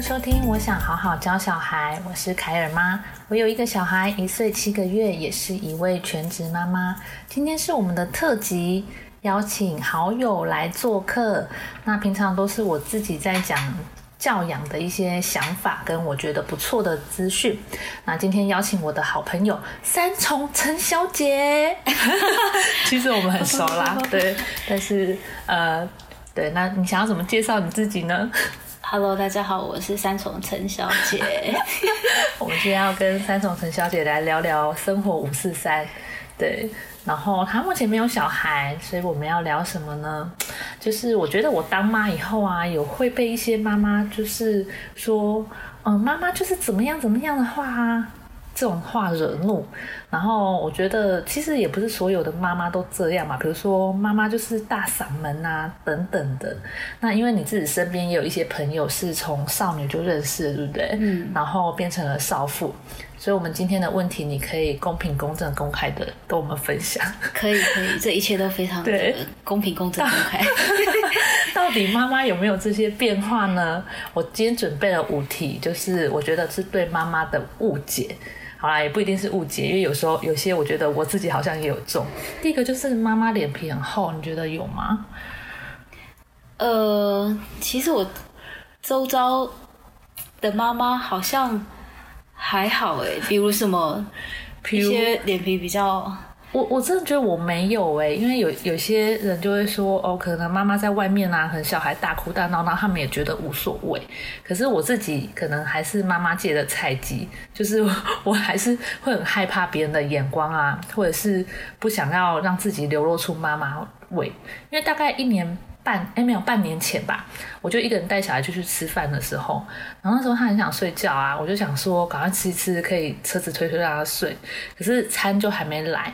收听《我想好好教小孩》，我是凯尔妈。我有一个小孩，一岁七个月，也是一位全职妈妈。今天是我们的特辑，邀请好友来做客。那平常都是我自己在讲教养的一些想法，跟我觉得不错的资讯。那今天邀请我的好朋友三重陈小姐， 其实我们很熟啦，对，但是呃。对，那你想要怎么介绍你自己呢？ Hello，大家好，我是三重陈小姐。 我们今天要跟三重陈小姐来聊聊生活五四三，对。然后她目前没有小孩，所以我们要聊什么呢？就是我觉得我当妈以后啊，有会被一些妈妈就是说，嗯，妈妈就是怎么样怎么样的话啊，这种话惹怒。然后我觉得其实也不是所有的妈妈都这样嘛，比如说妈妈就是大嗓门啊等等的。那因为你自己身边也有一些朋友是从少女就认识了，对不对？嗯。然后变成了少妇，所以我们今天的问题你可以公平、公正、公开的跟我们分享。可以可以，这一切都非常的对公平、公正、公 开。到底妈妈有没有这些变化呢？我今天准备了五题，就是我觉得是对妈妈的误解。好啦，也不一定是误解，因为有时候有些我觉得我自己好像也有中。第一个就是妈妈脸皮很厚，你觉得有吗？呃，其实我周遭的妈妈好像还好哎，比如什么比一如些脸皮比较我我真的觉得我没有哎、因为有有些人就会说哦，可能妈妈在外面啊，可能小孩大哭大闹，然后他们也觉得无所谓。可是我自己可能还是妈妈界的菜鸡，就是 我我还是会很害怕别人的眼光啊，或者是不想要让自己流露出妈妈味。因为大概一年半，哎、没有半年前吧，我就一个人带小孩出去吃饭的时候，然后那时候他很想睡觉啊，我就想说赶快吃一吃，可以车子推推让他睡，可是餐就还没来。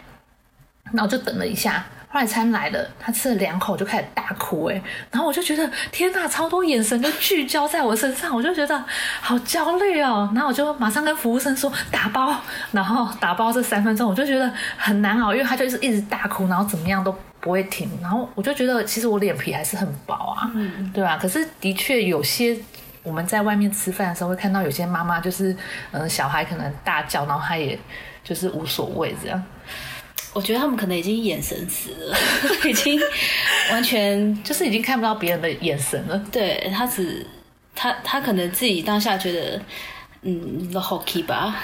然后我就等了一下，后来餐来了，他吃了两口就开始大哭哎、然后我就觉得天呐，超多眼神就聚焦在我身上，我就觉得好焦虑哦。然后我就马上跟服务生说打包，然后打包这三分钟我就觉得很难熬，因为他就是一直大哭，然后怎么样都不会停，然后我就觉得其实我脸皮还是很薄啊，对吧、可是的确有些我们在外面吃饭的时候会看到有些妈妈就是，嗯、小孩可能大叫，然后她也就是无所谓这样。我觉得他们可能已经眼神死了， 已经完全就是已经看不到别人的眼神 了。对他只他他可能自己当下觉得，嗯，然后 key 吧，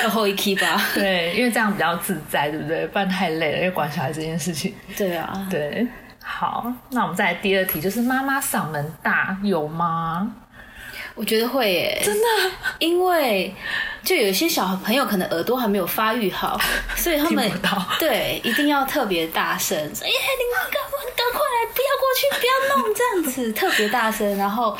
然后一 key 吧，对，因为这样比较自在，对不对？不然太累了，因为管小孩这件事情。对啊，对，好，那我们再来第二题，就是妈妈嗓门大有吗？我觉得会耶，真的，因为就有些小朋友可能耳朵还没有发育好， 所以他们听不到对一定要特别大声，说哎、你们赶快赶快来，不要过去，不要弄这样 子，特别大声，然后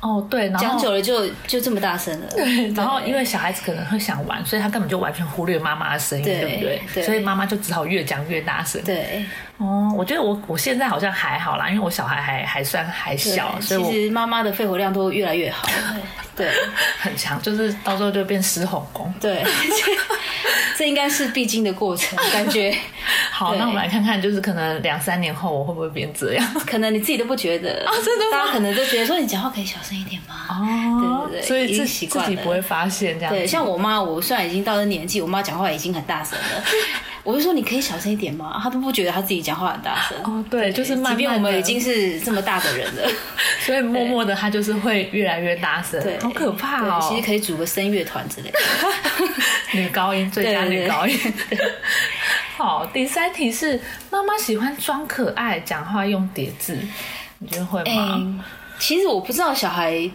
哦，对，然后 讲久了就就这么大声了，对然后因为小孩子可能会想玩，所以他根本就完全忽略妈妈的声音，对对不对所以妈妈就只好越讲越大声。对哦，我觉得我我现在好像还好啦，因为我小孩还还算还对小，所以我其实妈妈的肺活量都越来 越好，对很强，就是到时候就变狮吼功。对，这这应该是必经的过程，感觉 好，对那我们来看看，就是可能两三年后我会不会变这样？可能你自己都不觉得啊哦真的吗大家可能都觉得说你讲话可以小声一点吗？哦对对对所以已自经习自惯己了不会发现这样子。对，像我妈，我虽然已经到了年纪，我妈讲话已经很大声了， 我就说你可以小声一点吗？她都不觉得她自己讲话很大声。哦，对，就是慢慢即便我们地已经，是这么大的人 了，所以默默的他就是会越来越大声，对，好可怕对哦其。实可以组个声乐团之类的。 女高音最佳对对女对高音。 好，第三题是妈妈喜欢装可爱，讲话用叠字，你觉得会吗？嗯，其实我不知道小孩。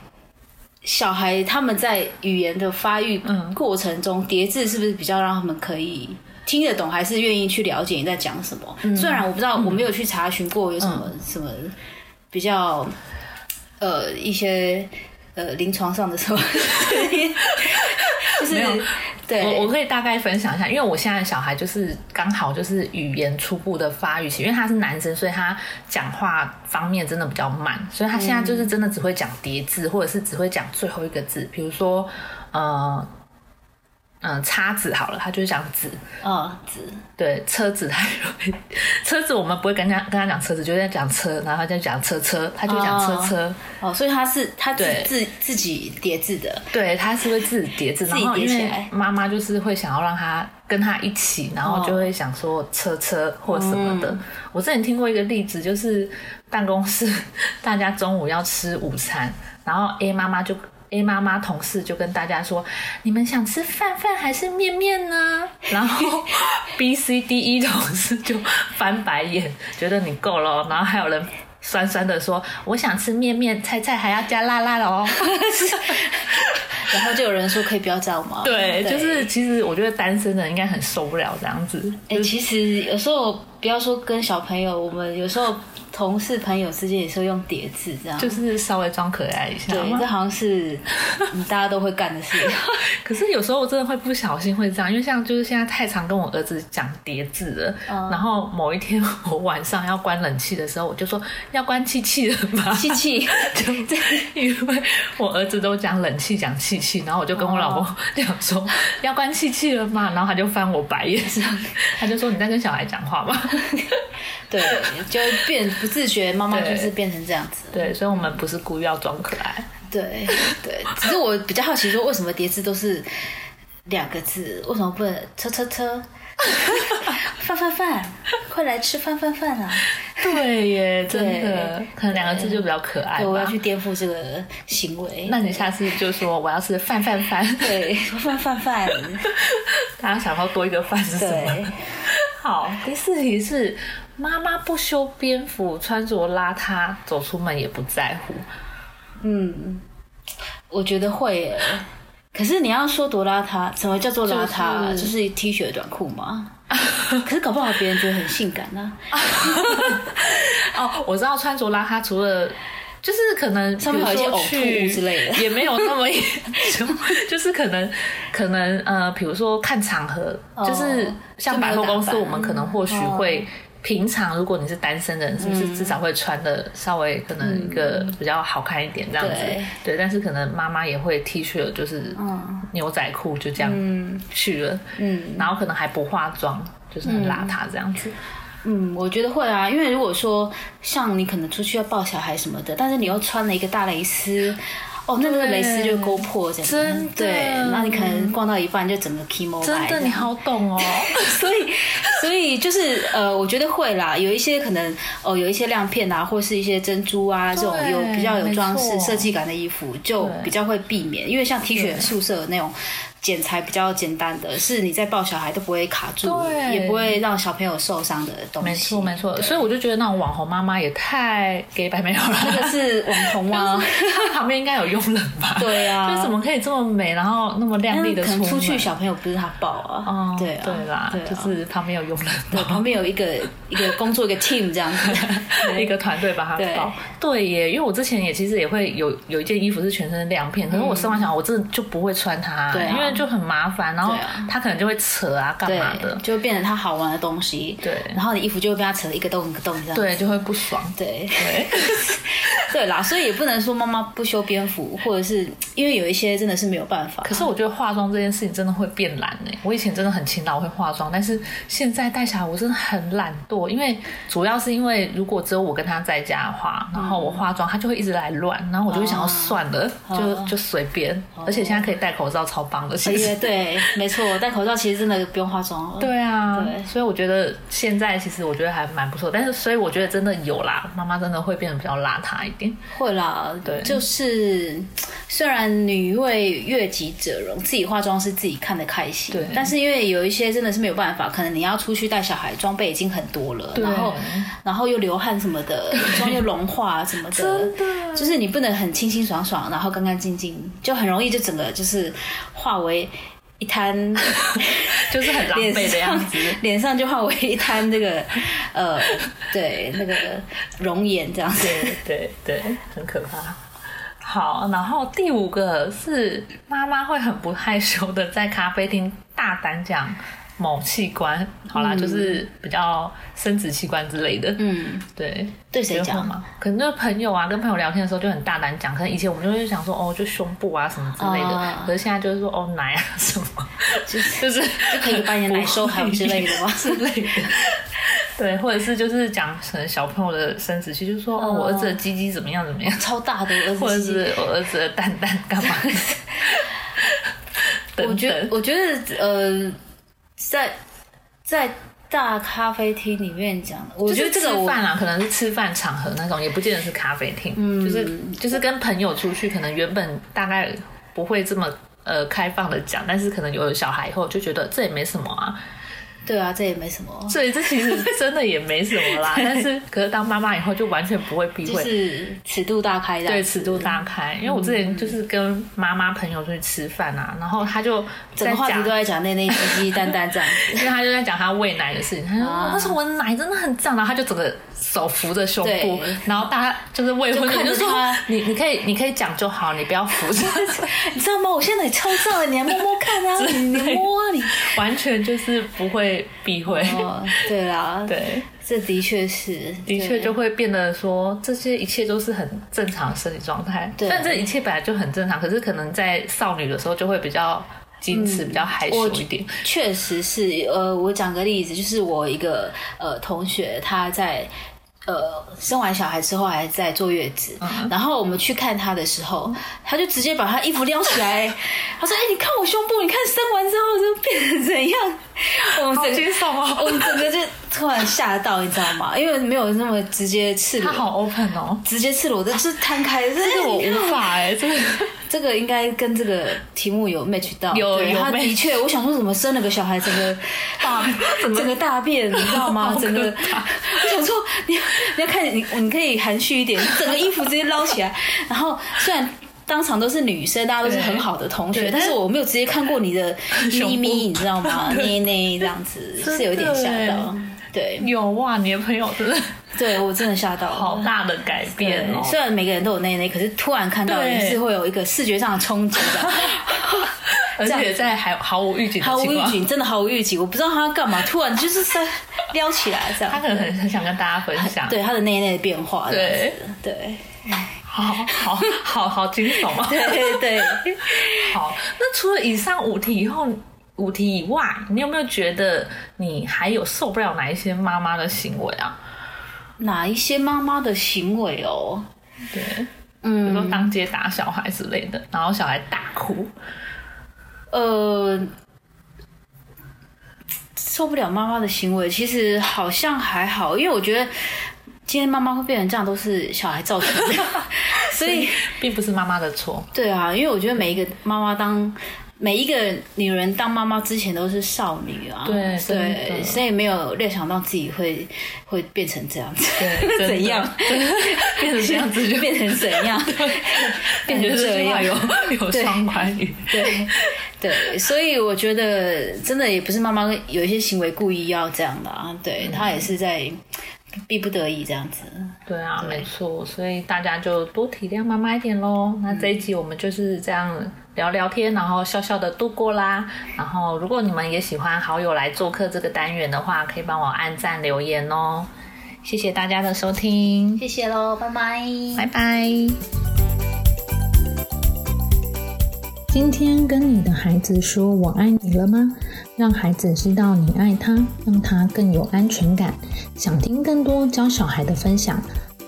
小孩他们在语言的发育嗯过程中，叠字是不是比较让他们可以听得懂，还是愿意去了解你在讲什么？嗯虽然我不知道，我没有去查询过有什么、什么比较呃一些呃临床上的 什么，就是没有对我我可以大概分享一下，因为我现在的小孩就是刚好就是语言初步的发育期，因为他是男生，所以他讲话方面真的比较慢，所以他现在嗯就是真的只会讲叠字，或者是只会讲最后一个字，比如说呃。嗯，叉子好了，他就是讲子，哦，子对，车子他就会， 车子我们不会跟他跟他讲车子，就在讲车，然后他就讲车车，他就讲车车，哦，所以他是他自对自自己叠字的，对，他是会自己叠字，自然己后叠因起为来妈妈就是会想要让他跟他一起，然后哦就会想说车车或什么嗯的。我之前听过一个例子，就是办公室 大家中午要吃午餐，然后 A 妈妈就。A 妈妈同事就跟大家说：“你们想吃饭饭还是面面呢？” 然后 B、C、D、E 同事就翻白眼，觉得你够了哦。然后还有人酸酸的说：“我想吃面面，菜菜还要加辣辣的哦。”然后就有人说可以不要这样吗？对，就是其实我觉得单身的应该很受不了这样子。哎、其实有时候不要说跟小朋友，我们有时候同事朋友之间也是会用叠字这样。就是稍微装可爱一下对，嘛这好像 是嗯大家都会干的事。可是有时候我真的会不小心会这样，因为像就是现在太常跟我儿子讲叠字了。嗯然后某一天我晚上要关冷气的时候，我就说要关气气了吧，气气，就 因为我儿子都讲冷气讲气气，然后我就跟我老哦公 讲说、要关气气了嘛，然后他就翻我白眼，他就说你在跟小孩讲话吗？ 对，就变不自觉，妈妈对就是变成这样子。对，所以我们不是故意要装可爱。对对，只是我比较好奇，说为什么叠字都是两个字，为什么不能车车车？ 饭饭饭，快来吃饭饭饭啊！ 对耶，真的对，可能两个字就比较可爱对，我要吧去。颠覆这个行为。那你下次就说我要吃饭饭饭，对，饭饭饭， 大家想要多一个饭是什对么？，好，第四题是妈妈不修边幅，穿着邋遢，走出门也不在乎。嗯，我觉得会耶。可是你要说多邋遢，什么叫做邋遢？啊就就是是、T 恤短裤 吗？可是搞不好别人觉得很性感呢、啊， 哦，我知道穿着邋遢除了。就是可能上面比如还有一说些呕去吐之类的也没有那么严重。 就是可能可能呃，比如说看场合，哦就是像就没百有货公打司，扮哦我们可能或许会、平常如果你是单身的人，是不嗯是至少会穿的稍微可能一个比较好看一点这样子？对对，但是可能妈妈也会 T 恤，就是牛仔裤就这样去了，嗯然后可能还不化妆，就是很邋遢这样子。嗯，我觉得会啊，因为如果说像你可能出去要抱小孩什么的，但是你又穿了一个大蕾丝，哦，那那个蕾丝就勾破这样，嗯真的对，那你可能逛到一半就整个 emo 真来这的，样你好懂哦。所以， 所以就是呃，我觉得会啦，有一些可能哦、有一些亮片啊，或是一些珍珠啊这种对有比较有装没饰错设计感的衣服，就比较会避免，因为像 T 恤宿舍那种。剪裁比较简单的，是你在抱小孩都不会卡住，对也不会让小朋友受伤的东 西。没错没错，所以我就觉得那种网红妈妈也太给白没有了。 这个是网红吗？她旁边应该有佣人吧？对啊就是怎么可以这么美，然后那么靓丽的可能嗯出出去门小朋友不是他抱哦啊，，对啊，对啦，对啊就是旁边有佣人对旁边有一个一个工作一个 team 这 样子，一个团队把它包。对耶，因为我之前也其实也会有有一件衣服是全身的亮片，可是我生完小孩我真的就不会穿它，对啊因为就很麻烦，然后对啊它可能就会扯啊干对嘛的，，就会变成他好玩的东西。对然后你衣服就会被他扯一个洞一个洞这样。对，就会不爽。对对， 对啦，所以也不能说妈妈不修边幅，或者是因为有一些真的是没有办法。可是我觉得化妆这件事情真的会变懒哎、我以前真的很勤劳会化妆，但是现在带小孩我真的很懒惰，因为主要是因为如果只有我跟他在家的话，然后我嗯化妆他就会一直来乱，然后我就会想要算了，哦就就随便。而且现在可以戴口罩，超棒的。其因实为对，没错，戴口罩其实真的不用化妆了。对啊，对所以我觉得现在其实我觉得还蛮不错，但是所以我觉得真的有啦，妈妈真的会变得比较邋遢一点。会啦，对就是虽然女为悦己者容，自己化妆是自己看得开心，对但是因为有一些真的是没有办法，可能你要出去带小孩，装备已经很多了，对然后然后又流汗什么的，妆又融化什么的，真的就是你不能很清清爽爽，然后干干净净，就很容易就整个就是化为。一滩就是很 狼狈的脸上样子，脸上就化为一滩那个，呃，对，那个容颜这样子。对对对，很可怕。好，然后第五个是妈妈会很不害羞的在咖啡厅大胆讲某器官，好啦，就是比较生殖器官之类的，嗯，对。对谁结婚讲？嘛？可能就是朋友啊，跟朋友聊天的时候就很大胆讲，可能以前我们就会想说哦，就胸部啊什么之类的，啊可是现在就是说哦奶啊什么，就 是就是就可以把你的奶收好之类的吗？ 之类的。对，或者是就是讲可能小朋友的生殖器，就是说哦我儿子的鸡鸡怎么样怎么样，超大的儿或者子鸡 是我儿子的蛋蛋干嘛？等等我觉得，我觉得，呃，在在大咖啡厅里面讲，我觉得这个就是吃我饭啊啦，可能是吃饭场合那种，也不见得是咖啡厅，嗯就是就是跟朋友出去，可能原本大概不会这么呃开放的讲，但是可能有了小孩以后就觉得这也没什么啊，对啊，这也没什么，所以这其 实真的也没什么啦。但是可是当妈妈以后就完全不会避就讳。是尺度大开的，对，尺度大开，因为我之前就是嗯跟妈妈朋友出去吃饭啊，然后她就整在个话题讲都在讲内内鸡鸡蛋蛋 这样子。因为他就在讲他喂奶的事情，他说、啊那时候我的奶真的很胀，然后他就整个手扶着胸部对，然后大家就是未婚就的看着就说他你你可以你可以讲就好，你不要扶着， 你知道吗？我现在也超胀了，你还摸摸 看啊，你你摸啊你。完全就是不会避讳，哦，对 啦，对，这的确是，的确对就会变得说这些一切都是很正常的生理状态，对但这一切本来就很正常，可是可能在少女的时候就会比较矜嗯持，比较害羞一点，确实是，呃，我讲个例子，就是我一个呃同学，他在呃生完小孩之后还在坐月子，嗯然后我们去看他的时候，他就直接把他衣服撩起 来，他说：“哎、你看我胸部，你看生完之后就变成怎样？”我们好整惊个悚哦，我们整个就突然吓到，你知道吗？因为没有那么直接赤他裸，好 open 哦，直接赤裸的是摊开，这这个我无法哎、这个。这个应该跟这个题目有 match 到，有对有他 match 的确，我想说怎么生了个小孩，整个大 整个大便，你知道好 吗？可怕整个， 我想说你你要看你你可以含蓄一点，整个衣服直接捞起来，然后虽然。当场都是女生，大家都是很好的同学，对但是我没有直接看过你的 胸部咪咪，你知 道吗？捏捏这样子真的是有一点吓到耶，对有哇，你的朋友真的对，我真的吓到了。好大的改变哦对，。虽然每个人都有内内，可是突然看到对也是会有一个视觉上的冲击 的。而这且样在还毫无预警毫的无情预况，警，真的毫无预警，我不知道他要干嘛，突然就是在撩起来这他样，可能很很想跟大家分享。对他的内内的变化，对，对好好好好惊悚 啊！对对，好，那除了以上五题以后。五题以外，你有没有觉得你还有受不了哪一些妈妈的行为啊？哪一些妈妈的行为哦？对，比如嗯，说当街打小孩之类的，然后小孩大哭，呃，受不了妈妈的行为，其实好像还好，因为我觉得今天妈妈会变成这样，都是小孩造成的， 所以并不是妈妈的错。对啊，因为我觉得每一个妈妈当每一个女人当妈妈之前都是少女啊，对真对，的所以没有料想到自己会 会变成这样子，对，真的怎样 变成这样子就 变成怎 样，变感觉成哎这这句话样，有有 对双关语。对对，所以我觉得真的也不是妈妈有一些行为故意要这样的啊，对、她也是在逼不得已这样子，对啊，没错，所以大家就多体谅妈妈一点喽。那这一集我们就是这样聊聊天，然后笑笑的度过啦。然后如果你们也喜欢好友来做客这个单元的话，可以帮我按赞留言哦。谢谢大家的收听，谢啊谢喽，拜拜，拜拜。今天跟你的孩子说我爱你了吗？让孩子知道你爱他，让他更有安全感。想听更多教小孩的分享，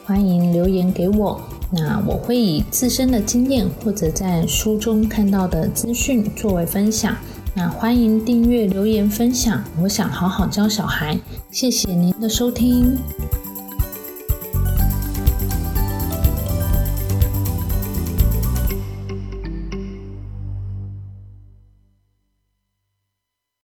欢迎留言给我。那我会以自身的经验或者在书中看到的资讯作为分享。那欢迎订阅、留言、分享。我想好好教小孩。谢谢您的收听。